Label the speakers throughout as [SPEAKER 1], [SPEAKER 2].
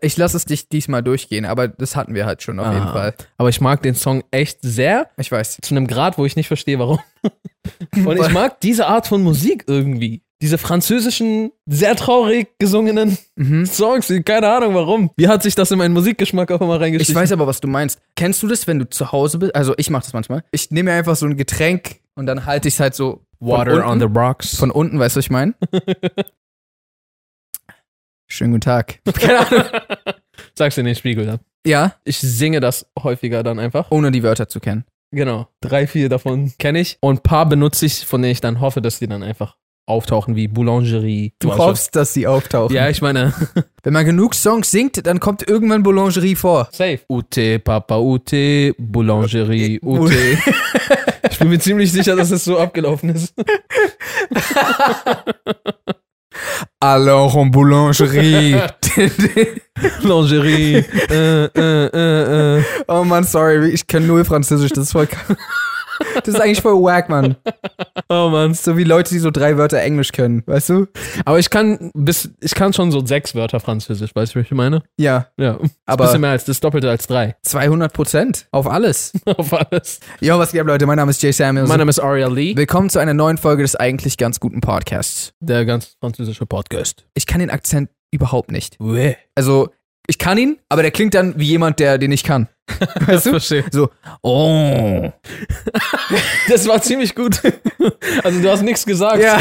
[SPEAKER 1] Ich lasse es dich diesmal durchgehen, aber das hatten wir halt schon auf jeden
[SPEAKER 2] Ah.
[SPEAKER 1] Fall.
[SPEAKER 2] Aber ich mag den Song echt sehr,
[SPEAKER 1] Ich weiß.
[SPEAKER 2] zu einem Grad, wo ich nicht verstehe, warum. Und ich mag diese Art von Musik irgendwie. Diese französischen, sehr traurig gesungenen
[SPEAKER 1] Mhm.
[SPEAKER 2] Songs, die- keine Ahnung warum. Wie hat sich das in meinen Musikgeschmack auch immer
[SPEAKER 1] Ich
[SPEAKER 2] reingeschrieben?
[SPEAKER 1] weiß aber, was du meinst. Kennst du das, wenn du zu Hause bist? Also ich mache das manchmal. Ich nehme mir einfach so ein Getränk und dann halte ich es halt so von unten,
[SPEAKER 2] rocks.
[SPEAKER 1] von unten, weißt du, was ich meine? Schönen guten Tag. Keine Ahnung.
[SPEAKER 2] Sag's in den Spiegel dann.
[SPEAKER 1] Ja,
[SPEAKER 2] Ich singe das häufiger dann einfach.
[SPEAKER 1] ohne die Wörter zu kennen.
[SPEAKER 2] Genau. Drei, vier davon kenne ich. Und ein paar benutze ich, von denen ich dann hoffe, dass die dann einfach auftauchen, wie Boulangerie.
[SPEAKER 1] Du
[SPEAKER 2] weißt schon.
[SPEAKER 1] hoffst, dass sie auftauchen.
[SPEAKER 2] Ja, ich meine,
[SPEAKER 1] Wenn man genug Songs singt, dann kommt irgendwann Boulangerie vor.
[SPEAKER 2] safe. Ute, Papa, Ute, Boulangerie, Ute. ich bin mir ziemlich sicher, dass es so abgelaufen ist.
[SPEAKER 1] Alors en Boulangerie.
[SPEAKER 2] Boulangerie, äh, äh, äh, äh.
[SPEAKER 1] oh Mann, sorry, ich kann null Französisch, das ist voll ka- Das ist eigentlich voll wack, Mann.
[SPEAKER 2] Oh Mann.
[SPEAKER 1] So wie Leute, die so drei Wörter Englisch können, weißt du?
[SPEAKER 2] Aber ich kann bis, ich kann schon so sechs Wörter Französisch, weißt du, was ich meine?
[SPEAKER 1] Ja,
[SPEAKER 2] Ja.
[SPEAKER 1] aber
[SPEAKER 2] bisschen mehr als das Doppelte als drei.
[SPEAKER 1] 200 Prozent auf alles.
[SPEAKER 2] Auf alles.
[SPEAKER 1] Jo, was geht ab, Leute? Mein Name ist Jay Samuels.
[SPEAKER 2] Mein Name ist Aria Lee,
[SPEAKER 1] Willkommen zu einer neuen Folge des eigentlich ganz guten Podcasts.
[SPEAKER 2] der ganz französische Podcast.
[SPEAKER 1] Ich kann den Akzent überhaupt nicht.
[SPEAKER 2] Ouais.
[SPEAKER 1] Also, ich kann ihn, aber der klingt dann wie jemand, der den ich kann. Weißt du?
[SPEAKER 2] Verstehe.
[SPEAKER 1] So, oh.
[SPEAKER 2] Das war ziemlich gut. Also du hast nichts gesagt.
[SPEAKER 1] Ja.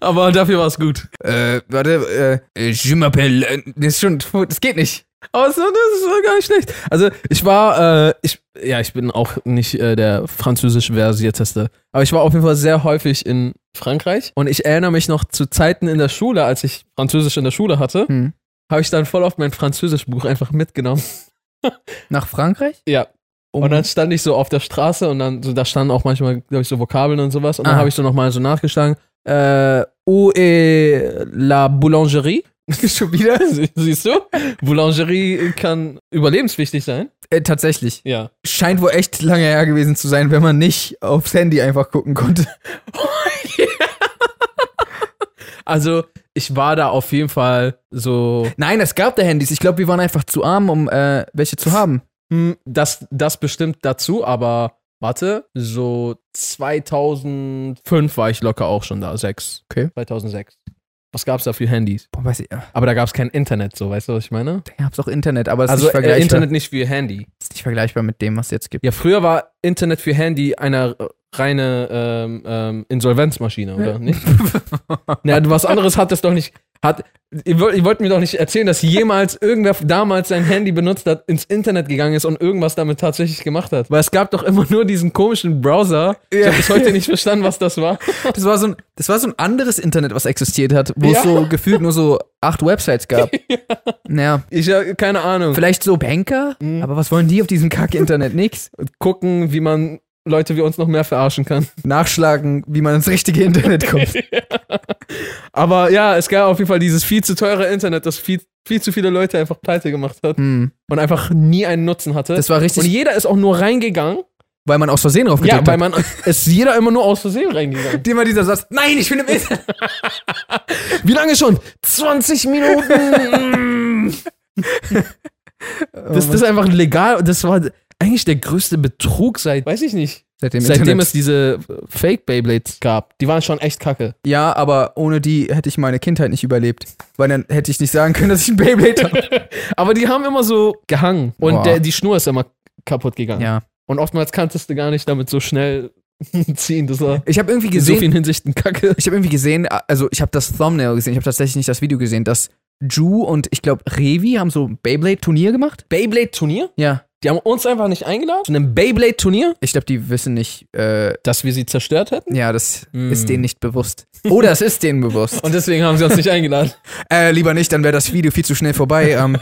[SPEAKER 2] Aber dafür war es gut.
[SPEAKER 1] Äh, warte, äh, je m'appelle, äh, das ist schon, das geht nicht.
[SPEAKER 2] Aber so, das ist gar nicht schlecht. Also ich war, äh, ich, ja, ich bin auch nicht äh, der französisch versierteste. Aber ich war auf jeden Fall sehr häufig in Frankreich. Und ich erinnere mich noch zu Zeiten in der Schule, als ich Französisch in der Schule hatte,
[SPEAKER 1] Hm.
[SPEAKER 2] habe ich dann voll oft mein Französischbuch einfach mitgenommen.
[SPEAKER 1] Nach Frankreich?
[SPEAKER 2] Ja,
[SPEAKER 1] Um,
[SPEAKER 2] Und dann stand ich so auf der Straße und dann, so, da standen auch manchmal, glaube ich, so Vokabeln und sowas. Und dann
[SPEAKER 1] Ah.
[SPEAKER 2] habe ich so nochmal so nachgeschlagen. Äh, où est la boulangerie?
[SPEAKER 1] schon wieder?
[SPEAKER 2] Sie- Siehst du? Boulangerie kann überlebenswichtig sein.
[SPEAKER 1] Äh, tatsächlich.
[SPEAKER 2] Ja.
[SPEAKER 1] Scheint wohl echt lange her gewesen zu sein, wenn man nicht aufs Handy einfach gucken konnte.
[SPEAKER 2] Also, ich war da auf jeden Fall so.
[SPEAKER 1] Nein, es gab da Handys. Ich glaube, wir waren einfach zu arm, um äh, welche zu haben.
[SPEAKER 2] Hm, das, das bestimmt dazu, aber warte, so 2005 war ich locker auch schon da. Sechs.
[SPEAKER 1] Okay.
[SPEAKER 2] 2006. Was gab's da für Handys?
[SPEAKER 1] Boah, weiß ich, ja.
[SPEAKER 2] Aber da gab's kein Internet, so, weißt du, was ich meine?
[SPEAKER 1] da gab's auch Internet, aber es ist,
[SPEAKER 2] Also,
[SPEAKER 1] nicht
[SPEAKER 2] äh,
[SPEAKER 1] vergleichbar.
[SPEAKER 2] Internet nicht für Handy.
[SPEAKER 1] ist nicht vergleichbar mit dem, was es jetzt gibt.
[SPEAKER 2] Ja, früher war Internet für Handy eine reine ähm, ähm, Insolvenzmaschine, oder nicht? naja, du was anderes hat das doch nicht. Hat, ihr, wollt, ihr wollt mir doch nicht erzählen, dass jemals irgendwer damals sein Handy benutzt hat, ins Internet gegangen ist und irgendwas damit tatsächlich gemacht hat. Weil es gab doch immer nur diesen komischen Browser. Ich
[SPEAKER 1] Ja.
[SPEAKER 2] habe bis heute nicht verstanden, was das war.
[SPEAKER 1] Das war, so ein, das war so ein anderes Internet, was existiert hat, wo
[SPEAKER 2] Ja.
[SPEAKER 1] es so gefühlt nur so acht Websites gab. Naja, Mhm.
[SPEAKER 2] Ich habe keine Ahnung.
[SPEAKER 1] vielleicht so Banker, aber was wollen die auf diesem Kack-Internet? Nix.
[SPEAKER 2] Gucken, wie man Leute wie uns noch mehr verarschen kann.
[SPEAKER 1] nachschlagen, wie man ins richtige Internet kommt.
[SPEAKER 2] Aber ja, es gab auf jeden Fall dieses viel zu teure Internet, das viel, viel zu viele Leute einfach pleite gemacht hat.
[SPEAKER 1] Hm.
[SPEAKER 2] und einfach nie einen Nutzen hatte.
[SPEAKER 1] Das war
[SPEAKER 2] und
[SPEAKER 1] richtig,
[SPEAKER 2] jeder ist auch nur reingegangen.
[SPEAKER 1] weil man aus Versehen drauf gedrückt
[SPEAKER 2] Ja, weil
[SPEAKER 1] hat.
[SPEAKER 2] man ist jeder immer nur aus Versehen reingegangen.
[SPEAKER 1] Immer dieser Satz, nein, ich bin im Internet.
[SPEAKER 2] Wie lange schon? 20 Minuten. das, das ist einfach legal. Das war eigentlich der größte Betrug seit, weiß ich nicht,
[SPEAKER 1] Seit dem
[SPEAKER 2] seitdem
[SPEAKER 1] Internet.
[SPEAKER 2] es diese äh, Fake Beyblades gab. Die waren schon echt kacke.
[SPEAKER 1] ja, aber ohne die hätte ich meine Kindheit nicht überlebt. Weil dann hätte ich nicht sagen können, dass ich ein Beyblade habe.
[SPEAKER 2] Aber die haben immer so gehangen und
[SPEAKER 1] Boah.
[SPEAKER 2] der, die Schnur ist immer kaputt gegangen.
[SPEAKER 1] Ja.
[SPEAKER 2] Und oftmals kanntest du gar nicht damit so schnell ziehen. Das war
[SPEAKER 1] Ich habe irgendwie
[SPEAKER 2] in so
[SPEAKER 1] gesehen,
[SPEAKER 2] vielen Hinsichten kacke.
[SPEAKER 1] ich habe irgendwie gesehen, also ich habe das Thumbnail gesehen, ich habe tatsächlich nicht das Video gesehen, dass Ju und ich glaube Revi haben so ein Beyblade-Turnier gemacht.
[SPEAKER 2] Beyblade-Turnier?
[SPEAKER 1] Ja.
[SPEAKER 2] Die haben uns einfach nicht eingeladen zu einem Beyblade-Turnier,
[SPEAKER 1] Ich glaube, die wissen nicht, äh,
[SPEAKER 2] dass wir sie zerstört hätten.
[SPEAKER 1] ja, das
[SPEAKER 2] Hm.
[SPEAKER 1] ist denen nicht bewusst. Oder es ist denen bewusst.
[SPEAKER 2] Und deswegen haben sie uns nicht eingeladen.
[SPEAKER 1] Äh, lieber nicht, dann wäre das Video viel zu schnell vorbei. Ähm,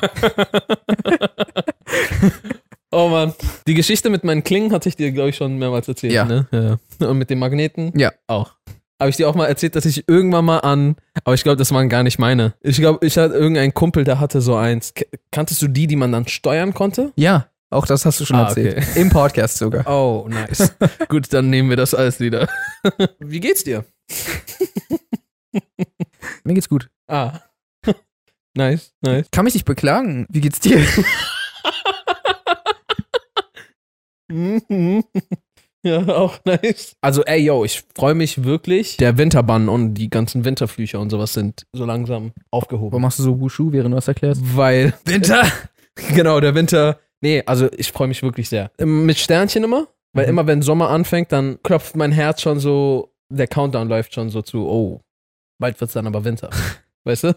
[SPEAKER 2] Oh Mann. Die Geschichte mit meinen Klingen hatte ich dir, glaube ich, schon mehrmals erzählt.
[SPEAKER 1] Ja.
[SPEAKER 2] Ne? Ja, ja. Und mit den Magneten
[SPEAKER 1] Ja.
[SPEAKER 2] auch. Habe ich dir auch mal erzählt, dass ich irgendwann mal an, aber ich glaube, das waren gar nicht meine. Ich glaube, ich hatte irgendeinen Kumpel, der hatte so eins. K- Kanntest du die, die man dann steuern konnte?
[SPEAKER 1] ja. Auch das hast du schon
[SPEAKER 2] Ah,
[SPEAKER 1] erzählt. Im Podcast sogar.
[SPEAKER 2] Oh, nice. Gut, dann nehmen wir das alles wieder. Wie geht's dir?
[SPEAKER 1] Mir geht's gut.
[SPEAKER 2] Ah. nice, nice.
[SPEAKER 1] Kann mich nicht beklagen. Wie geht's dir?
[SPEAKER 2] ja, auch nice. Also, ey, yo, ich freue mich wirklich. Der Winterbann und die ganzen Winterflücher und sowas sind so langsam aufgehoben.
[SPEAKER 1] Warum machst du so Wushu, während du was erklärst?
[SPEAKER 2] Weil. Winter? genau, der Winter. Nee, also ich freue mich wirklich sehr. Ähm, Mit Sternchen immer, weil
[SPEAKER 1] Mhm.
[SPEAKER 2] immer wenn Sommer anfängt, dann klopft mein Herz schon so, der Countdown läuft schon so zu, oh, bald wird's dann aber Winter. weißt du?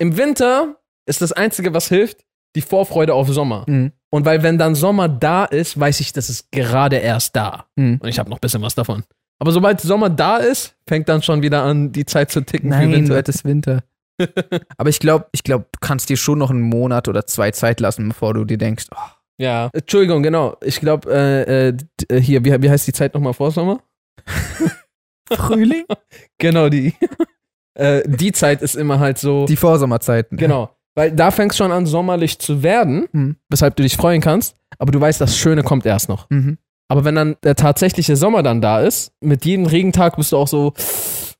[SPEAKER 2] Im Winter ist das Einzige, was hilft, die Vorfreude auf Sommer.
[SPEAKER 1] Mhm.
[SPEAKER 2] Und weil wenn dann Sommer da ist, weiß ich, das ist gerade erst da.
[SPEAKER 1] Mhm.
[SPEAKER 2] Und ich habe noch ein bisschen was davon. Aber sobald Sommer da ist, fängt dann schon wieder an, die Zeit zu ticken
[SPEAKER 1] Nein,
[SPEAKER 2] für Winter.
[SPEAKER 1] wird es Winter. Aber ich glaube, ich glaub, du kannst dir schon noch einen Monat oder zwei Zeit lassen, bevor du dir denkst, oh,
[SPEAKER 2] Ja. Entschuldigung, genau. Ich glaube, äh, äh, d- äh, hier, wie, wie heißt die Zeit nochmal vor Sommer?
[SPEAKER 1] Frühling?
[SPEAKER 2] Genau, die. äh, die Zeit ist immer halt so.
[SPEAKER 1] Die Vorsommerzeiten.
[SPEAKER 2] genau. Weil da fängt schon an, sommerlich zu werden,
[SPEAKER 1] Mhm.
[SPEAKER 2] weshalb du dich freuen kannst. Aber du weißt, das Schöne kommt erst noch.
[SPEAKER 1] Mhm.
[SPEAKER 2] Aber wenn dann der tatsächliche Sommer dann da ist, mit jedem Regentag bist du auch so,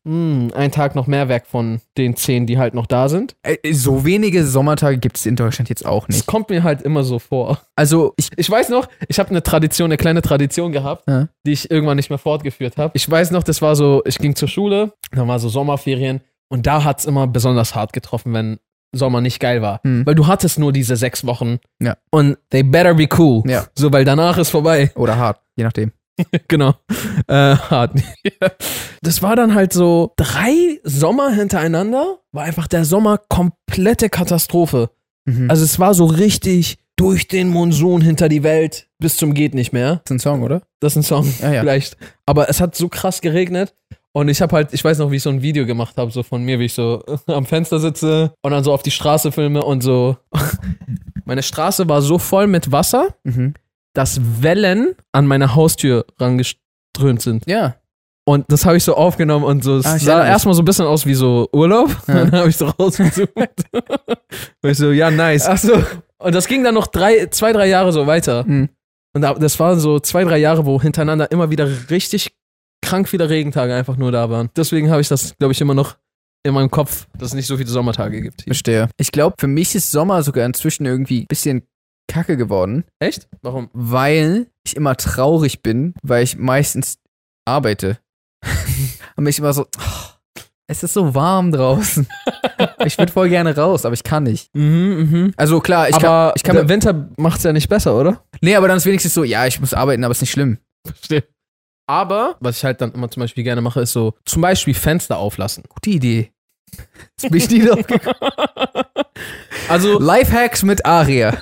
[SPEAKER 2] hm, ein Tag noch mehr weg von den zehn, die halt noch da sind.
[SPEAKER 1] Äh, So wenige Sommertage gibt es in Deutschland jetzt auch
[SPEAKER 2] Das
[SPEAKER 1] nicht.
[SPEAKER 2] kommt mir halt immer so vor.
[SPEAKER 1] Also, ich,
[SPEAKER 2] Ich weiß noch, ich habe eine Tradition, eine kleine Tradition gehabt,
[SPEAKER 1] Ja.
[SPEAKER 2] die ich irgendwann nicht mehr fortgeführt habe. Ich weiß noch, das war so, ich ging zur Schule, dann war so Sommerferien und da hat es immer besonders hart getroffen, wenn Sommer nicht geil war.
[SPEAKER 1] Hm.
[SPEAKER 2] Weil du hattest nur diese sechs Wochen
[SPEAKER 1] Ja.
[SPEAKER 2] und they better be cool.
[SPEAKER 1] ja,
[SPEAKER 2] So, weil danach ist vorbei.
[SPEAKER 1] oder hart, je nachdem.
[SPEAKER 2] genau. Äh, hart. das war dann halt so drei Sommer hintereinander, war einfach der Sommer komplette Katastrophe.
[SPEAKER 1] Mhm.
[SPEAKER 2] Also es war so richtig durch den Monsun hinter die Welt bis zum geht nicht mehr.
[SPEAKER 1] ist ein Song, oder? Ah,
[SPEAKER 2] Das ist ein Song
[SPEAKER 1] Ja, ja.
[SPEAKER 2] vielleicht. Aber es hat so krass geregnet. Und ich habe halt, ich weiß noch, wie ich so ein Video gemacht habe, so von mir, wie ich so am Fenster sitze und dann so auf die Straße filme und so. Meine Straße war so voll mit Wasser,
[SPEAKER 1] Mhm.
[SPEAKER 2] dass Wellen an meine Haustür rangeströmt sind.
[SPEAKER 1] Ja.
[SPEAKER 2] Und das habe ich so aufgenommen und so. Es
[SPEAKER 1] Ah, ich
[SPEAKER 2] sah
[SPEAKER 1] erinnere mich.
[SPEAKER 2] erstmal so ein bisschen aus wie so Urlaub.
[SPEAKER 1] Ja.
[SPEAKER 2] Dann habe ich so rausgesucht. und ich so, ja, nice.
[SPEAKER 1] Ach so.
[SPEAKER 2] Und das ging dann noch drei, zwei, drei Jahre so weiter.
[SPEAKER 1] Mhm.
[SPEAKER 2] Und da, das waren so zwei, drei Jahre, wo hintereinander immer wieder richtig krank viele Regentage einfach nur da waren. Deswegen habe ich das, glaube ich, immer noch in meinem Kopf, dass es nicht so viele Sommertage gibt.
[SPEAKER 1] Verstehe. Ich glaube, für mich ist Sommer sogar inzwischen irgendwie ein bisschen kacke geworden,
[SPEAKER 2] Echt? Warum?
[SPEAKER 1] weil ich immer traurig bin, weil ich meistens arbeite. Und mich immer so, "Ah, es ist so warm draußen. ich würde voll gerne raus, aber ich kann nicht.
[SPEAKER 2] Mhm, mhm.
[SPEAKER 1] Also klar, ich kann.
[SPEAKER 2] aber
[SPEAKER 1] ich kann
[SPEAKER 2] der Winter macht es ja nicht besser, oder?
[SPEAKER 1] Nee, aber dann ist wenigstens so, ja, ich muss arbeiten, aber ist nicht schlimm.
[SPEAKER 2] Verstehe. Aber, was ich halt dann immer zum Beispiel gerne mache, ist so, zum Beispiel Fenster auflassen.
[SPEAKER 1] Gute Idee. Ist mich die drauf gekommen.
[SPEAKER 2] Also,
[SPEAKER 1] Lifehacks mit Aria.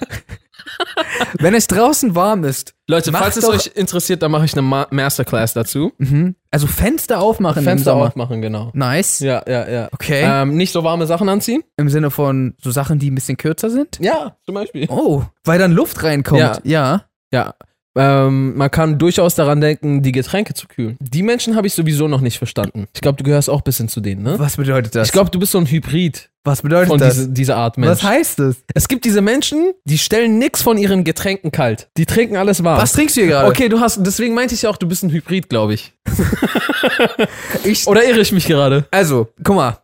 [SPEAKER 1] Wenn es draußen warm ist,
[SPEAKER 2] Leute,
[SPEAKER 1] Macht
[SPEAKER 2] falls es
[SPEAKER 1] doch-
[SPEAKER 2] euch interessiert, dann mache ich eine Ma Masterclass dazu.
[SPEAKER 1] mhm. also Fenster aufmachen im
[SPEAKER 2] Fenster
[SPEAKER 1] Sommer.
[SPEAKER 2] aufmachen, genau.
[SPEAKER 1] Nice.
[SPEAKER 2] Ja, ja, ja.
[SPEAKER 1] Okay.
[SPEAKER 2] Ähm, nicht so warme Sachen anziehen.
[SPEAKER 1] Im Sinne von so Sachen, die ein bisschen kürzer sind?
[SPEAKER 2] Ja, zum Beispiel.
[SPEAKER 1] Oh, weil dann Luft reinkommt.
[SPEAKER 2] Ja.
[SPEAKER 1] ja.
[SPEAKER 2] Ja. Ähm, man kann durchaus daran denken, die Getränke zu kühlen. Die Menschen habe ich sowieso noch nicht verstanden. Ich glaube, du gehörst auch ein bisschen zu denen, ne?
[SPEAKER 1] Was bedeutet das?
[SPEAKER 2] Ich glaube, du bist so ein Hybrid
[SPEAKER 1] was bedeutet
[SPEAKER 2] von
[SPEAKER 1] das?
[SPEAKER 2] diese, dieser Art Mensch.
[SPEAKER 1] Was heißt das?
[SPEAKER 2] es gibt diese Menschen, die stellen nichts von ihren Getränken kalt. Die trinken alles warm.
[SPEAKER 1] Was trinkst du hier gerade?
[SPEAKER 2] Okay, du hast, deswegen meinte ich ja auch, du bist ein Hybrid, glaube ich.
[SPEAKER 1] Ich,
[SPEAKER 2] Oder irre ich mich gerade?
[SPEAKER 1] also, guck mal.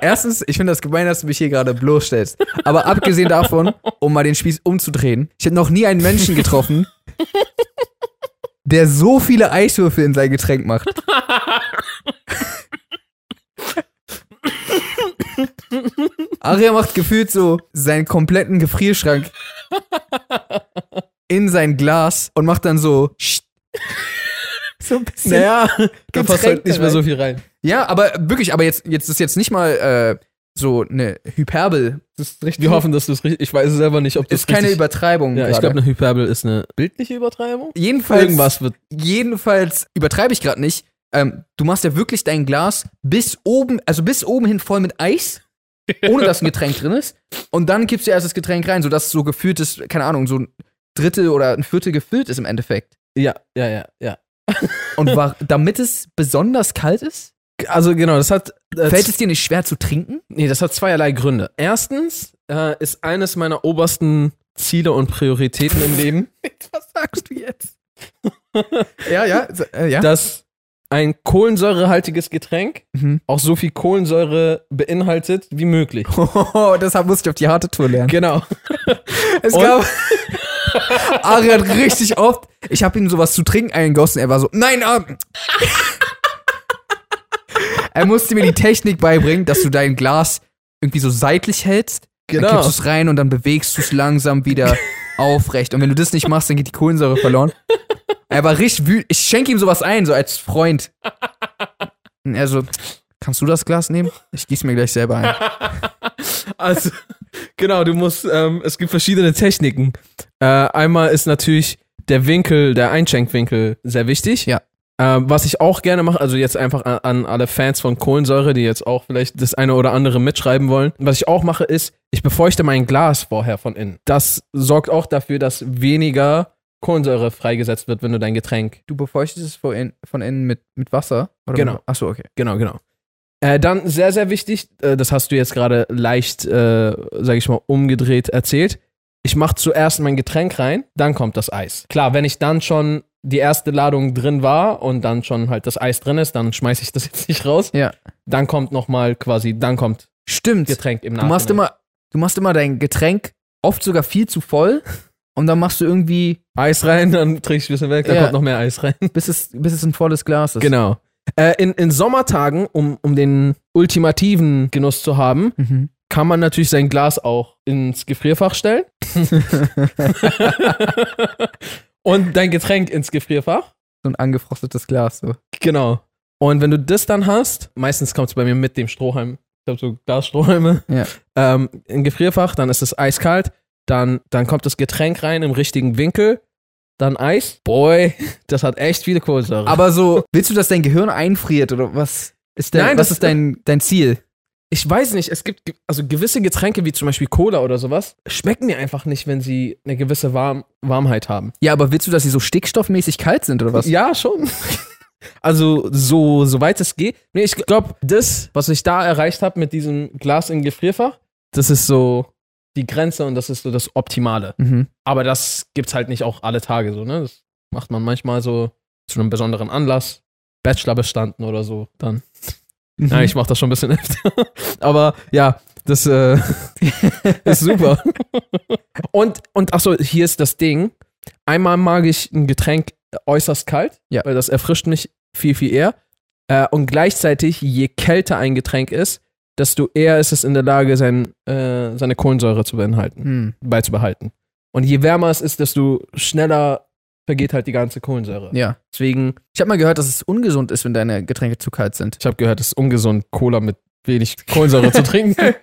[SPEAKER 1] Erstens, ich finde das gemein, dass du mich hier gerade bloßstellst. Aber abgesehen davon, um mal den Spieß umzudrehen, ich habe noch nie einen Menschen getroffen, der so viele Eiswürfel in sein Getränk macht. Aria macht gefühlt so seinen kompletten Gefrierschrank in sein Glas und macht dann so so ein bisschen.
[SPEAKER 2] Naja, da passt
[SPEAKER 1] Getränke
[SPEAKER 2] halt nicht mehr
[SPEAKER 1] rein.
[SPEAKER 2] so viel rein.
[SPEAKER 1] Ja, aber wirklich, aber jetzt, jetzt ist jetzt nicht mal äh, so eine Hyperbel.
[SPEAKER 2] Das ist richtig. Wir hoffen, dass du es richtig. Ich weiß selber nicht, ob das
[SPEAKER 1] Ist keine
[SPEAKER 2] richtig,
[SPEAKER 1] Übertreibung.
[SPEAKER 2] Ja, ich
[SPEAKER 1] gerade.
[SPEAKER 2] glaube, eine Hyperbel ist eine bildliche Übertreibung.
[SPEAKER 1] jedenfalls,
[SPEAKER 2] Irgendwas wird.
[SPEAKER 1] jedenfalls übertreibe ich gerade nicht. Ähm, du machst ja wirklich dein Glas bis oben, also bis oben hin voll mit Eis, ohne dass ein Getränk drin ist. Und dann kippst du erst das Getränk rein, sodass so gefüllt ist, keine Ahnung, so ein Drittel oder ein Viertel gefüllt ist im Endeffekt.
[SPEAKER 2] Ja, ja, ja, ja.
[SPEAKER 1] Und war, damit es besonders kalt ist,
[SPEAKER 2] Also genau, das hat. Äh,
[SPEAKER 1] fällt es dir nicht schwer zu trinken?
[SPEAKER 2] nee, das hat zweierlei Gründe. Erstens äh, ist eines meiner obersten Ziele und Prioritäten im Leben,
[SPEAKER 1] Was sagst du jetzt? ja, ja, so, äh, ja.
[SPEAKER 2] dass ein kohlensäurehaltiges Getränk
[SPEAKER 1] Mhm.
[SPEAKER 2] auch so viel Kohlensäure beinhaltet wie möglich.
[SPEAKER 1] Oh, deshalb musste ich auf die harte Tour lernen.
[SPEAKER 2] Genau.
[SPEAKER 1] Es
[SPEAKER 2] Und-
[SPEAKER 1] gab. Ari hat richtig oft. Ich habe ihm sowas zu trinken eingegossen. Er war so, nein, ah. Er musste mir die Technik beibringen, dass du dein Glas irgendwie so seitlich hältst. Dann
[SPEAKER 2] Genau.
[SPEAKER 1] kippst du es rein und dann bewegst du es langsam wieder aufrecht. Und wenn du das nicht machst, dann geht die Kohlensäure verloren. Er war richtig wütend. Ich schenke ihm sowas ein, so als Freund. Und er so, kannst du das Glas nehmen? Ich gieße mir gleich selber ein.
[SPEAKER 2] Also, genau, du musst, ähm, es gibt verschiedene Techniken. Äh, einmal ist natürlich der Winkel, der Einschenkwinkel sehr wichtig.
[SPEAKER 1] Ja.
[SPEAKER 2] Ähm, was ich auch gerne mache, also jetzt einfach an, an alle Fans von Kohlensäure, die jetzt auch vielleicht das eine oder andere mitschreiben wollen. Was ich auch mache, ist, ich befeuchte mein Glas vorher von innen. Das sorgt auch dafür, dass weniger Kohlensäure freigesetzt wird, wenn du dein Getränk.
[SPEAKER 1] Du befeuchtest es von innen, von innen mit, mit Wasser? Oder
[SPEAKER 2] Genau.
[SPEAKER 1] mit- Ach so, okay.
[SPEAKER 2] Genau, genau. Äh, dann sehr, sehr wichtig, äh, das hast du jetzt gerade leicht, äh, sag ich mal, umgedreht erzählt. Ich mache zuerst mein Getränk rein, dann kommt das Eis. Klar, wenn ich dann schon die erste Ladung drin war und dann schon halt das Eis drin ist, dann schmeiße ich das jetzt nicht raus.
[SPEAKER 1] Ja.
[SPEAKER 2] Dann kommt nochmal quasi, dann kommt
[SPEAKER 1] Stimmt.
[SPEAKER 2] Getränk im
[SPEAKER 1] Du
[SPEAKER 2] Nachhinein.
[SPEAKER 1] machst, immer, du machst immer dein Getränk oft sogar viel zu voll und dann machst du irgendwie,
[SPEAKER 2] Eis rein, dann trinke ich ein bisschen weg, dann
[SPEAKER 1] Ja.
[SPEAKER 2] kommt noch mehr Eis rein.
[SPEAKER 1] bis es, bis es ein volles Glas ist.
[SPEAKER 2] Genau. Äh, in, in Sommertagen, um, um den ultimativen Genuss zu haben,
[SPEAKER 1] Mhm.
[SPEAKER 2] kann man natürlich sein Glas auch ins Gefrierfach stellen. und dein Getränk ins Gefrierfach.
[SPEAKER 1] So ein angefrostetes Glas. So.
[SPEAKER 2] Genau. Und wenn du das dann hast, meistens kommt es bei mir mit dem Strohhalm. Ich habe so Glasstrohhalme.
[SPEAKER 1] Ja.
[SPEAKER 2] Ähm, Im Gefrierfach, dann ist es eiskalt. Dann, dann kommt das Getränk rein im richtigen Winkel. Dann Eis. Boy, das hat echt viele Kohlensäure.
[SPEAKER 1] Aber so, willst du, dass dein Gehirn einfriert oder was ist dein,
[SPEAKER 2] Nein,
[SPEAKER 1] was
[SPEAKER 2] das-
[SPEAKER 1] ist dein, dein Ziel?
[SPEAKER 2] ich weiß nicht, es gibt ge- also gewisse Getränke wie zum Beispiel Cola oder sowas, schmecken mir einfach nicht, wenn sie eine gewisse Warm Warmheit haben.
[SPEAKER 1] Ja, aber willst du, dass sie so stickstoffmäßig kalt sind oder was?
[SPEAKER 2] Ja, schon. Also, so, soweit es geht. Nee, ich glaube, das, was ich da erreicht habe mit diesem Glas im Gefrierfach, das ist so die Grenze und das ist so das Optimale.
[SPEAKER 1] Mhm.
[SPEAKER 2] Aber das gibt's halt nicht auch alle Tage so, ne? Das macht man manchmal so zu einem besonderen Anlass. Bachelor bestanden oder so, dann.
[SPEAKER 1] Mhm.
[SPEAKER 2] Nein, ich mach das schon ein bisschen öfter. Aber ja, das äh, ist super. und, und achso, hier ist das Ding. Einmal mag ich ein Getränk äußerst kalt,
[SPEAKER 1] Ja.
[SPEAKER 2] weil das erfrischt mich viel, viel eher. Äh, und gleichzeitig, je kälter ein Getränk ist, desto eher ist es in der Lage, sein, äh, seine Kohlensäure zu beinhalten
[SPEAKER 1] Hm.
[SPEAKER 2] beizubehalten. Und je wärmer es ist, desto schneller vergeht halt die ganze Kohlensäure.
[SPEAKER 1] Ja.
[SPEAKER 2] Deswegen,
[SPEAKER 1] Ich habe mal gehört, dass es ungesund ist, wenn deine Getränke zu kalt sind.
[SPEAKER 2] ich habe gehört, es ist ungesund, Cola mit wenig Kohlensäure zu trinken.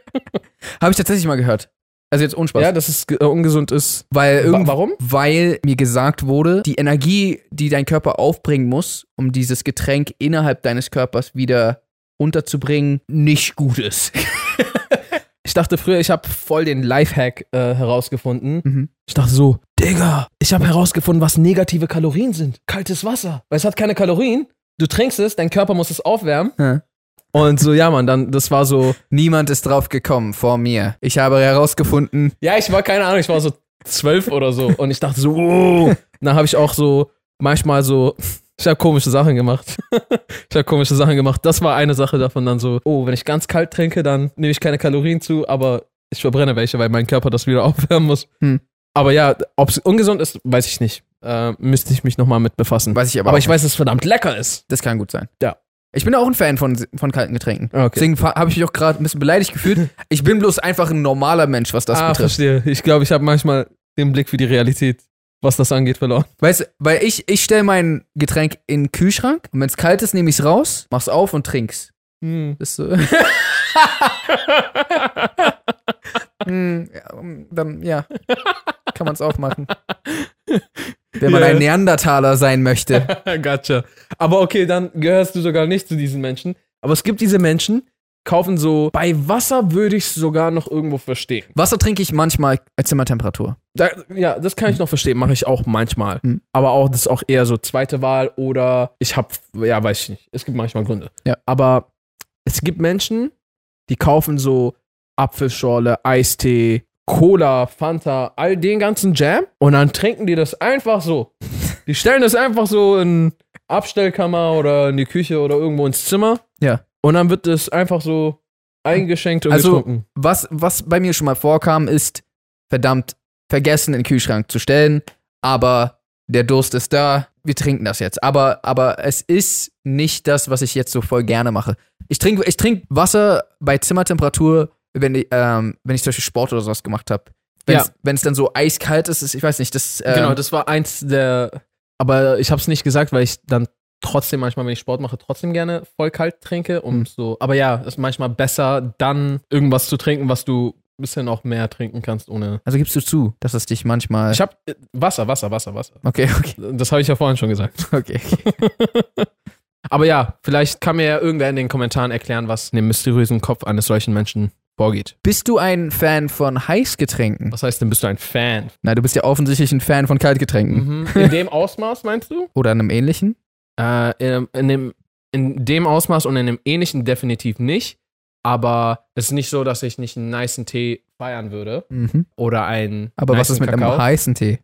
[SPEAKER 1] Habe ich tatsächlich mal gehört. Also jetzt Unspaß.
[SPEAKER 2] ja, dass es ge- äh, ungesund ist.
[SPEAKER 1] Weil
[SPEAKER 2] Wa-
[SPEAKER 1] irgendwann
[SPEAKER 2] warum?
[SPEAKER 1] weil mir gesagt wurde, die Energie, die dein Körper aufbringen muss, um dieses Getränk innerhalb deines Körpers wieder unterzubringen, nicht gut ist.
[SPEAKER 2] Ich dachte früher, ich habe voll den Lifehack äh, herausgefunden.
[SPEAKER 1] Mhm.
[SPEAKER 2] Ich dachte so, Digga, ich habe herausgefunden, was negative Kalorien sind. Kaltes Wasser. Weil es hat keine Kalorien. Du trinkst es, dein Körper muss es aufwärmen.
[SPEAKER 1] Ja.
[SPEAKER 2] Und so, ja, Mann, dann, das war so,
[SPEAKER 1] Niemand ist drauf gekommen vor mir. Ich habe herausgefunden,
[SPEAKER 2] Ja, ich war keine Ahnung, ich war so zwölf oder so. Und ich dachte so, wow. Und Dann habe ich auch so manchmal so, ich habe komische Sachen gemacht. Ich habe komische Sachen gemacht. Das war eine Sache davon dann so, oh, wenn ich ganz kalt trinke, dann nehme ich keine Kalorien zu, aber ich verbrenne welche, weil mein Körper das wieder aufwärmen muss.
[SPEAKER 1] Hm.
[SPEAKER 2] Aber ja, ob es ungesund ist, weiß ich nicht. Äh, müsste ich mich nochmal mit befassen.
[SPEAKER 1] weiß ich aber,
[SPEAKER 2] aber
[SPEAKER 1] auch
[SPEAKER 2] ich weiß, dass es verdammt lecker ist.
[SPEAKER 1] nicht. das kann gut sein.
[SPEAKER 2] Ja.
[SPEAKER 1] Ich bin auch ein Fan von, von kalten Getränken.
[SPEAKER 2] Okay.
[SPEAKER 1] Deswegen habe ich mich auch gerade ein bisschen beleidigt gefühlt. Ich bin bloß einfach ein normaler Mensch, was das
[SPEAKER 2] ah,
[SPEAKER 1] betrifft.
[SPEAKER 2] verstehe. Ich glaube, ich habe manchmal den Blick für die Realität, was das angeht, verloren.
[SPEAKER 1] Weißt du, weil ich, ich stelle mein Getränk in den Kühlschrank und wenn es kalt ist, nehme ich es raus, mach's auf und trink's. Das ist so. Hm, ja, um, dann, ja. Kann man es auch machen. Wenn man
[SPEAKER 2] Ja.
[SPEAKER 1] ein Neandertaler sein möchte.
[SPEAKER 2] gotcha. Aber okay, dann gehörst du sogar nicht zu diesen Menschen. Aber es gibt diese Menschen, kaufen so, bei Wasser würde ich es sogar noch irgendwo verstehen.
[SPEAKER 1] Wasser trinke ich manchmal bei Zimmertemperatur.
[SPEAKER 2] Da, ja, das
[SPEAKER 1] Hm.
[SPEAKER 2] kann ich noch verstehen, mache ich auch manchmal.
[SPEAKER 1] Mhm.
[SPEAKER 2] Aber auch, das ist auch eher so zweite Wahl oder ich habe, ja, weiß ich nicht. Es gibt manchmal Gründe.
[SPEAKER 1] Ja.
[SPEAKER 2] Aber es gibt Menschen, die kaufen so Apfelschorle, Eistee, Cola, Fanta, all den ganzen Jam und dann trinken die das einfach so. Die stellen das einfach so in Abstellkammer oder in die Küche oder irgendwo ins Zimmer
[SPEAKER 1] Ja.
[SPEAKER 2] und dann wird das einfach so eingeschenkt und
[SPEAKER 1] Also-
[SPEAKER 2] getrunken.
[SPEAKER 1] Was, was bei mir schon mal vorkam, ist, verdammt, vergessen in den Kühlschrank zu stellen, aber der Durst ist da, wir trinken das jetzt. Aber, aber es ist nicht das, was ich jetzt so voll gerne mache. Ich trinke ich trink Wasser bei Zimmertemperatur, wenn ich, ähm, wenn ich zum Beispiel Sport oder sowas gemacht habe. Wenn es
[SPEAKER 2] Ja.
[SPEAKER 1] dann so eiskalt ist, ist ich weiß nicht, das. Ähm,
[SPEAKER 2] Genau, das war eins der. Aber ich habe es nicht gesagt, weil ich dann trotzdem manchmal, wenn ich Sport mache, trotzdem gerne voll kalt trinke. Um so. Aber ja, ist manchmal besser, dann irgendwas zu trinken, was du ein bisschen auch mehr trinken kannst, ohne.
[SPEAKER 1] also gibst du zu, dass es dich manchmal.
[SPEAKER 2] Ich habe Wasser, Wasser, Wasser, Wasser.
[SPEAKER 1] okay, okay,
[SPEAKER 2] Das habe ich ja vorhin schon gesagt.
[SPEAKER 1] okay.
[SPEAKER 2] Aber ja, vielleicht kann mir ja irgendwer in den Kommentaren erklären, was in dem mysteriösen Kopf eines solchen Menschen vorgeht.
[SPEAKER 1] Bist du ein Fan von Heißgetränken?
[SPEAKER 2] Was heißt denn, bist du ein Fan?
[SPEAKER 1] Na, du bist ja offensichtlich ein Fan von Kaltgetränken.
[SPEAKER 2] In dem Ausmaß, meinst du?
[SPEAKER 1] Oder einem ähnlichen?
[SPEAKER 2] Äh, in, in, dem, in dem Ausmaß und in dem ähnlichen definitiv nicht. Aber es ist nicht so, dass ich nicht einen niceen Tee feiern würde
[SPEAKER 1] Mhm.
[SPEAKER 2] oder einen.
[SPEAKER 1] Aber was
[SPEAKER 2] nicen
[SPEAKER 1] ist mit
[SPEAKER 2] Kakao.
[SPEAKER 1] einem heißen Tee?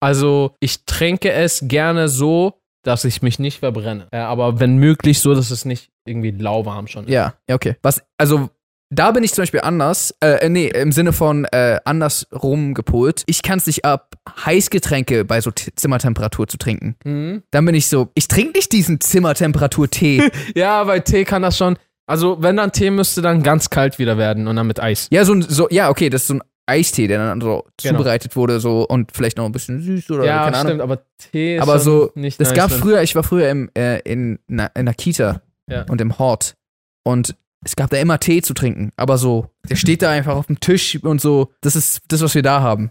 [SPEAKER 2] Also, ich trinke es gerne so, dass ich mich nicht verbrenne. Äh, aber wenn möglich, so, dass es nicht irgendwie lauwarm schon ist.
[SPEAKER 1] Ja, ja, okay. Was, also, da bin ich zum Beispiel anders, äh, äh, nee, im Sinne von äh, andersrum gepolt. Ich kann es nicht ab, Heißgetränke bei so T Zimmertemperatur zu trinken.
[SPEAKER 2] Mhm.
[SPEAKER 1] Dann bin ich so, ich trinke nicht diesen Zimmertemperatur-Tee.
[SPEAKER 2] Ja, bei Tee kann das schon. Also, wenn dann Tee müsste, dann ganz kalt wieder werden und dann mit Eis.
[SPEAKER 1] ja, so, ein- so, ja, okay, das ist so ein Eistee, der dann so
[SPEAKER 2] Genau.
[SPEAKER 1] zubereitet wurde, so und vielleicht noch ein bisschen süß oder
[SPEAKER 2] ja,
[SPEAKER 1] keine Ahnung.
[SPEAKER 2] stimmt, aber Tee ist
[SPEAKER 1] Aber
[SPEAKER 2] schon
[SPEAKER 1] so,
[SPEAKER 2] nicht
[SPEAKER 1] Das
[SPEAKER 2] nice,
[SPEAKER 1] gab
[SPEAKER 2] wenn-
[SPEAKER 1] früher, ich war früher im, äh, in, na, in der Kita
[SPEAKER 2] Ja.
[SPEAKER 1] und im Hort. Und es gab da immer Tee zu trinken. Aber so, der steht da einfach auf dem Tisch und so, das ist das, was wir da haben.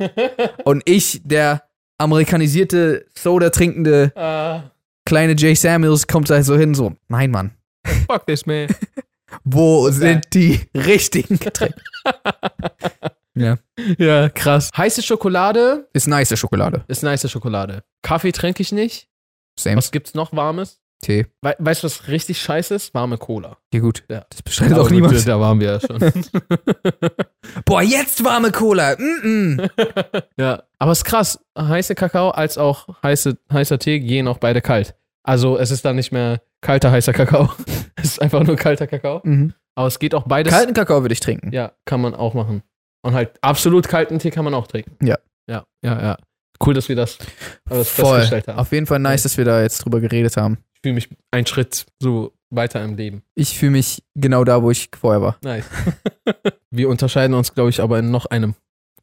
[SPEAKER 1] und ich, der amerikanisierte, soda-trinkende
[SPEAKER 2] Ah,
[SPEAKER 1] kleine Jay Samuels, kommt da so hin, so, nein, Mann,
[SPEAKER 2] fuck this, man.
[SPEAKER 1] wo sind die richtigen Getränke? ja.
[SPEAKER 2] ja, krass. Heiße Schokolade
[SPEAKER 1] Ist nice, Schokolade.
[SPEAKER 2] ist nice Schokolade. Kaffee trinke ich nicht.
[SPEAKER 1] Same.
[SPEAKER 2] Was gibt's noch Warmes?
[SPEAKER 1] Tee.
[SPEAKER 2] We weißt du, was richtig scheiße ist? Warme Cola.
[SPEAKER 1] Ja, gut.
[SPEAKER 2] Ja.
[SPEAKER 1] Das bestreitet
[SPEAKER 2] Aber
[SPEAKER 1] auch
[SPEAKER 2] gut,
[SPEAKER 1] niemand.
[SPEAKER 2] Da waren wir ja schon.
[SPEAKER 1] Boah, jetzt warme Cola. Mm -mm.
[SPEAKER 2] ja. Aber es ist krass. Heiße Kakao als auch heiße, heißer Tee gehen auch beide kalt. Also es ist dann nicht mehr kalter, heißer Kakao. es ist einfach nur kalter Kakao.
[SPEAKER 1] mhm.
[SPEAKER 2] Aber es geht auch beides.
[SPEAKER 1] Kalten Kakao würde ich trinken.
[SPEAKER 2] Ja, kann man auch machen. Und halt absolut kalten Tee kann man auch trinken.
[SPEAKER 1] Ja.
[SPEAKER 2] Ja, ja, ja. Cool, dass wir das, das
[SPEAKER 1] Voll.
[SPEAKER 2] festgestellt haben.
[SPEAKER 1] Auf jeden Fall nice, dass wir da jetzt drüber geredet haben.
[SPEAKER 2] Ich fühle mich einen Schritt so weiter im Leben.
[SPEAKER 1] Ich fühle mich genau da, wo ich vorher war.
[SPEAKER 2] Nice. wir unterscheiden uns, glaube ich, aber in noch einem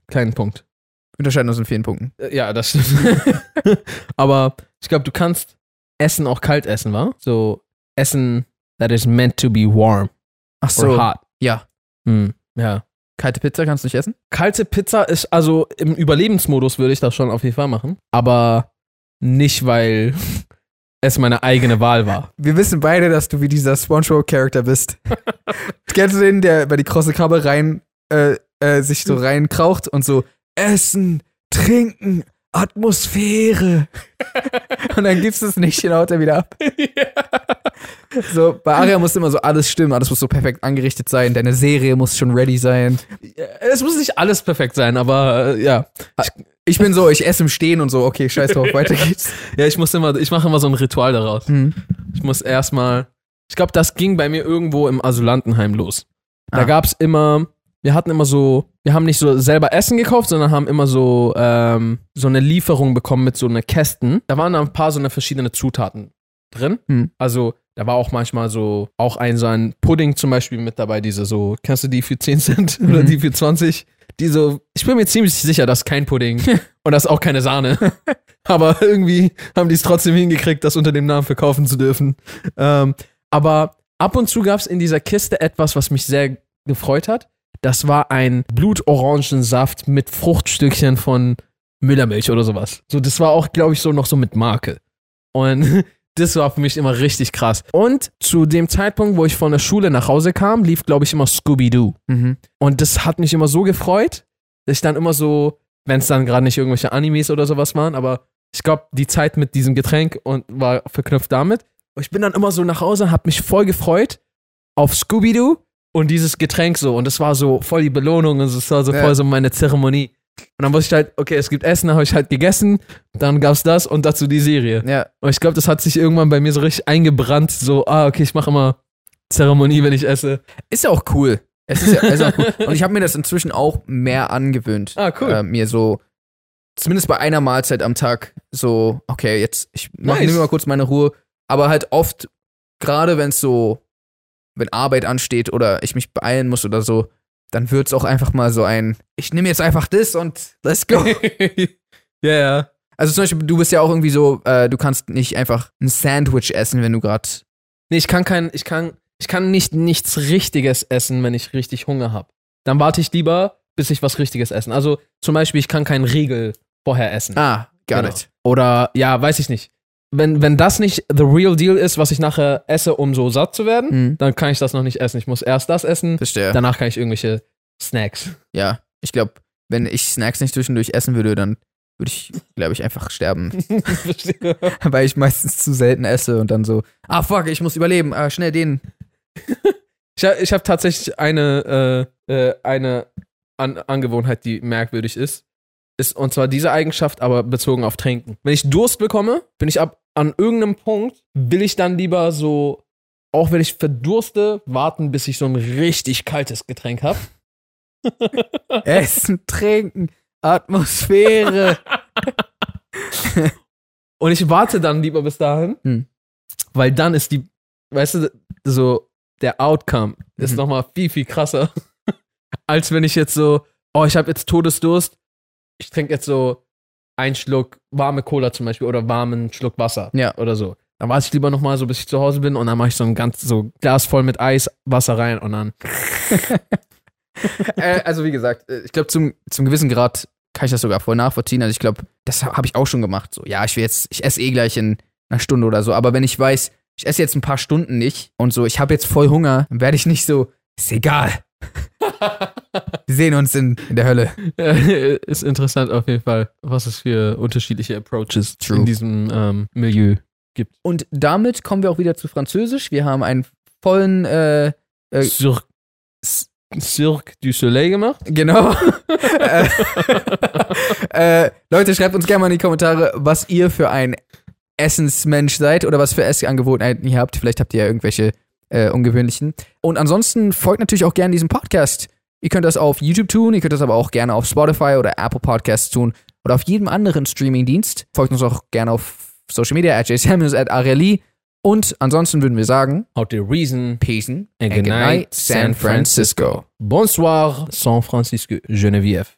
[SPEAKER 2] kleinen Punkt.
[SPEAKER 1] Wir unterscheiden uns in vielen Punkten.
[SPEAKER 2] Äh, Ja, das stimmt. aber ich glaube, du kannst Essen auch kalt essen, wa? So Essen that is meant to be warm
[SPEAKER 1] Ach
[SPEAKER 2] or
[SPEAKER 1] so,
[SPEAKER 2] hot.
[SPEAKER 1] ja.
[SPEAKER 2] Hm, ja.
[SPEAKER 1] Kalte Pizza kannst du nicht essen?
[SPEAKER 2] kalte Pizza ist, also im Überlebensmodus würde ich das schon auf jeden Fall machen. Aber nicht, weil es meine eigene Wahl war.
[SPEAKER 1] Wir wissen beide, dass du wie dieser SpongeBob-Charakter bist. Kennst du den, der bei die krosse Krabbe rein, äh, äh, sich so reinkraucht und so Essen, Trinken, Atmosphäre. und dann gibst du es nicht, dann haut er wieder ab. So, bei Aria muss immer so alles stimmen, alles muss so perfekt angerichtet sein, deine Serie muss schon ready sein.
[SPEAKER 2] Es muss nicht alles perfekt sein, aber äh, ja.
[SPEAKER 1] Ich bin so, ich esse im Stehen und so, okay, scheiß drauf, weiter geht's.
[SPEAKER 2] Ja, ich muss immer, ich mache immer so ein Ritual daraus.
[SPEAKER 1] Mhm.
[SPEAKER 2] Ich muss erstmal. Ich glaube, das ging bei mir irgendwo im Asylantenheim los. Da
[SPEAKER 1] Ah.
[SPEAKER 2] gab es immer, wir hatten immer so, wir haben nicht so selber Essen gekauft, sondern haben immer so, ähm, so eine Lieferung bekommen mit so einer Kästen. Da waren da ein paar so eine verschiedene Zutaten drin.
[SPEAKER 1] Hm.
[SPEAKER 2] Also da war auch manchmal so, auch ein so ein Pudding zum Beispiel mit dabei, diese so, kennst du die für 10 Cent oder
[SPEAKER 1] Mhm.
[SPEAKER 2] die für 20? Die so, ich bin mir ziemlich sicher, das ist kein Pudding und das ist auch keine Sahne. Aber irgendwie haben die es trotzdem hingekriegt, das unter dem Namen verkaufen zu dürfen. Ähm, aber ab und zu gab es in dieser Kiste etwas, was mich sehr gefreut hat. Das war ein Blutorangensaft mit Fruchtstückchen von Müllermilch oder sowas. So, das war auch, glaube ich, so noch so mit Marke. Und das war für mich immer richtig krass. Und zu dem Zeitpunkt, wo ich von der Schule nach Hause kam, lief, glaube ich, immer Scooby-Doo.
[SPEAKER 1] Mhm.
[SPEAKER 2] Und das hat mich immer so gefreut, dass ich dann immer so, wenn es dann gerade nicht irgendwelche Animes oder sowas waren, aber ich glaube, die Zeit mit diesem Getränk und war verknüpft damit. Und ich bin dann immer so nach Hause, hab mich voll gefreut auf Scooby-Doo und dieses Getränk so. Und das war so voll die Belohnung und es war so
[SPEAKER 1] Ja.
[SPEAKER 2] voll so meine Zeremonie. Und dann wusste ich halt, okay, es gibt Essen, dann habe ich halt gegessen, dann gab es das und dazu die Serie.
[SPEAKER 1] Ja,
[SPEAKER 2] Und ich glaube, das hat sich irgendwann bei mir so richtig eingebrannt, so, ah, okay, ich mache immer Zeremonie, wenn ich esse.
[SPEAKER 1] ist ja auch cool. Es ist ja ist auch cool. Und ich habe mir das inzwischen auch mehr angewöhnt.
[SPEAKER 2] Ah, cool.
[SPEAKER 1] Äh, mir so, zumindest bei einer Mahlzeit am Tag, so, okay, jetzt, ich mach,
[SPEAKER 2] Nice.
[SPEAKER 1] nimm mir mal kurz meine Ruhe. Aber halt oft, gerade wenn es so, wenn Arbeit ansteht oder ich mich beeilen muss oder so, dann wird es auch einfach mal so ein, ich nehme jetzt einfach das und let's go.
[SPEAKER 2] Ja, ja.
[SPEAKER 1] also zum Beispiel, du bist ja auch irgendwie so, äh, du kannst nicht einfach ein Sandwich essen, wenn du gerade
[SPEAKER 2] Nee, ich kann kein, ich kann, ich kann nicht nichts Richtiges essen, wenn ich richtig Hunger habe. Dann warte ich lieber, bis ich was Richtiges essen. Also zum Beispiel, ich kann keinen Riegel vorher essen.
[SPEAKER 1] Ah, got
[SPEAKER 2] Genau.
[SPEAKER 1] it.
[SPEAKER 2] Oder ja, weiß ich nicht. Wenn, wenn das nicht the real deal ist, was ich nachher esse, um so satt zu werden,
[SPEAKER 1] Mhm.
[SPEAKER 2] dann kann ich das noch nicht essen. Ich muss erst das essen,
[SPEAKER 1] Verstehe.
[SPEAKER 2] danach kann ich irgendwelche Snacks.
[SPEAKER 1] Ja, ich glaube, wenn ich Snacks nicht zwischendurch essen würde, dann würde ich, glaube ich, einfach sterben,
[SPEAKER 2] Verstehe.
[SPEAKER 1] weil ich meistens zu selten esse und dann so, ah fuck, ich muss überleben, ah, schnell den.
[SPEAKER 2] Ich, ha- ich habe tatsächlich eine, äh, äh, eine An Angewohnheit, die merkwürdig ist. ist. Und zwar diese Eigenschaft, aber bezogen auf Trinken. Wenn ich Durst bekomme, bin ich ab an irgendeinem Punkt, will ich dann lieber so, auch wenn ich verdurste, warten, bis ich so ein richtig kaltes Getränk habe.
[SPEAKER 1] Essen, trinken, Atmosphäre.
[SPEAKER 2] Und ich warte dann lieber bis dahin,
[SPEAKER 1] Hm.
[SPEAKER 2] weil dann ist die, weißt du, so der Outcome ist
[SPEAKER 1] Mhm.
[SPEAKER 2] nochmal viel, viel krasser, als wenn ich jetzt so, oh, ich habe jetzt Todesdurst, ich trinke jetzt so einen Schluck warme Cola zum Beispiel oder warmen Schluck Wasser
[SPEAKER 1] Ja.
[SPEAKER 2] oder so. Dann warte ich lieber nochmal so, bis ich zu Hause bin und dann mache ich so ein ganz, so Glas voll mit Eis, Wasser rein und dann.
[SPEAKER 1] äh, also wie gesagt, äh, ich glaube, zum, zum gewissen Grad kann ich das sogar voll nachvollziehen. Also ich glaube, das habe ich auch schon gemacht. So, ja, ich will jetzt, ich esse eh gleich in einer Stunde oder so. Aber wenn ich weiß, ich esse jetzt ein paar Stunden nicht und so, ich habe jetzt voll Hunger, dann werde ich nicht so, ist egal. Wir sehen uns in, in der Hölle.
[SPEAKER 2] ist interessant auf jeden Fall, was es für unterschiedliche Approaches
[SPEAKER 1] True.
[SPEAKER 2] in diesem ähm, Milieu gibt.
[SPEAKER 1] Und damit kommen wir auch wieder zu Französisch. Wir haben einen vollen, äh, Äh,
[SPEAKER 2] Cirque, Cirque du Soleil gemacht.
[SPEAKER 1] genau. Äh, äh, Leute, schreibt uns gerne mal in die Kommentare, was ihr für ein Essensmensch seid oder was für Essangewohnheiten ihr habt. Vielleicht habt ihr ja irgendwelche äh, ungewöhnlichen. Und ansonsten folgt natürlich auch gerne diesem Podcast. Ihr könnt das auf YouTube tun, ihr könnt das aber auch gerne auf Spotify oder Apple Podcasts tun oder auf jedem anderen Streamingdienst. Folgt uns auch gerne auf Social Media, at jsamuels, at Areli. Und ansonsten würden wir sagen,
[SPEAKER 2] Out the reason.
[SPEAKER 1] Peace and
[SPEAKER 2] And
[SPEAKER 1] good
[SPEAKER 2] good
[SPEAKER 1] night,
[SPEAKER 2] night,
[SPEAKER 1] San
[SPEAKER 2] San
[SPEAKER 1] Francisco.
[SPEAKER 2] Bonsoir, San Francisco, Geneviève.